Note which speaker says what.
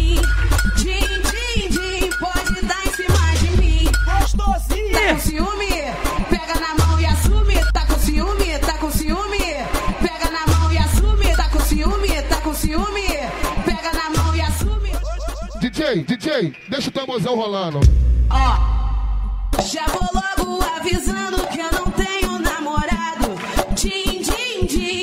Speaker 1: Tá Tá Tá
Speaker 2: DJ, DJ, deixa o tamborzão rolando.
Speaker 1: Ó, já vou logo avisando que eu não tenho namorado. Din, din, din. é um